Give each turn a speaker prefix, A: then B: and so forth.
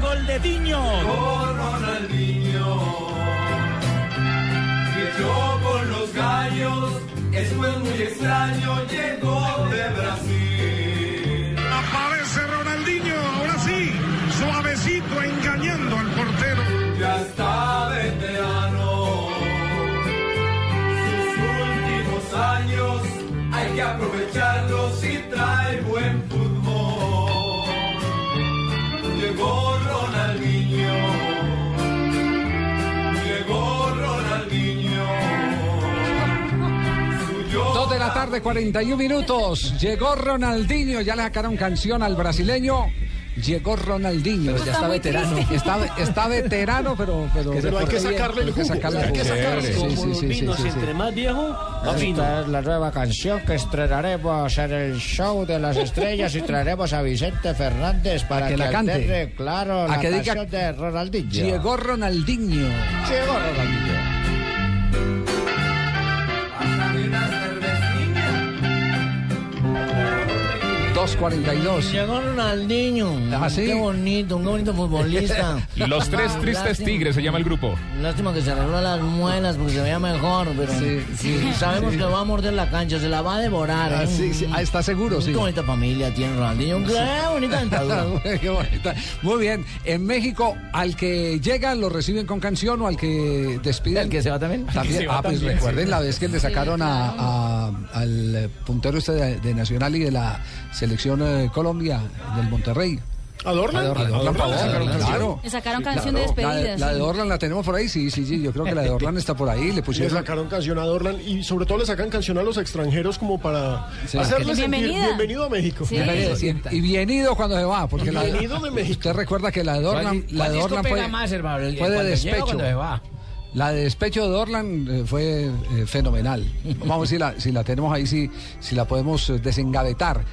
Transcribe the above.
A: gol de Diño.
B: Por Ronaldinho. Fichó con los gallos. Eso es muy extraño. Llegó de Brasil.
C: Aparece Ronaldinho. Ahora sí. Suavecito engañando al portero.
B: Ya está veterano. Sus últimos años. Hay que aprovecharlos y trae buen fútbol. Llegó Ronaldinho. Llegó Ronaldinho. Suyo
D: Dos de la tarde, 41 minutos. Llegó Ronaldinho, ya le sacaron canción al brasileño. Llegó Ronaldinho, ya está veterano. Está, está veterano, pero, pero,
E: Pero hay que sacarle el
D: hay que
E: jugo,
D: sacarle
E: hay
D: el
E: que
D: jugo.
E: sacarle.
D: Sí, sí,
F: Como
D: sí,
F: los
D: sí,
F: vinos,
D: sí, sí.
F: entre más viejo, más vino.
G: Esta es la nueva canción que estrenaremos en el show de las estrellas y traeremos a Vicente Fernández para
D: A que
G: que,
D: la cante.
G: alterne, claro,
D: A
G: la
D: que diga-
G: canción de Ronaldinho.
D: Llegó Ronaldinho.
G: Llegó Ronaldinho.
B: Pásame unas cervecitas.
D: 242.
F: Llegaron al niño.
D: Ah, ¿sí?
F: Qué bonito, un bonito futbolista. Ah,
H: Los tres tristes
F: Lástima-
H: tigres se llama el grupo.
F: Lástima que se arregló las muelas porque se veía mejor, pero
D: Sí, sí,
F: sabemos
D: sí.
F: que va a morder la cancha, se la va a devorar.
D: Ah,
F: ¿eh?
D: sí, sí. Ah, está seguro, sí.
F: Qué bonita familia tiene Ronaldinho. Qué bonita dentadura.
D: Qué bonita. Muy bien. En México, al que llega lo reciben con canción o al que despiden.
F: ¿El que se va también?
D: También,
H: Sí,
D: ah, pues
H: también,
D: recuerden la vez que le sacaron a, a- al eh, puntero este de, de Nacional y de la selección eh, Colombia del Monterrey.
E: ¿Adorno?
D: La de Orlan Pavón, claro.
I: Le sacaron
D: Sí,
I: canción
D: claro.
I: de
D: La
I: despedida,
D: La,
I: sí.
D: de Orlan la tenemos por ahí, sí, sí, sí. Yo creo que la de Orlan está por ahí. Le
E: Le
D: pusieron.
E: sacaron canción a Dorlan y sobre todo le sacan canción a los extranjeros como para
D: Sí.
E: hacerles
I: Bienvenida.
E: bienvenido a México.
I: Sí.
D: Bienvenido, y, y bienvenido cuando se va, porque la-
E: Bienvenido de México.
D: Usted recuerda que la de Orlan, la de Orlan fue, fue de despecho. La de despecho de Dorlan eh, fue eh, fenomenal. Vamos a ver si la, si la tenemos ahí, si, si la podemos eh, desengavetar.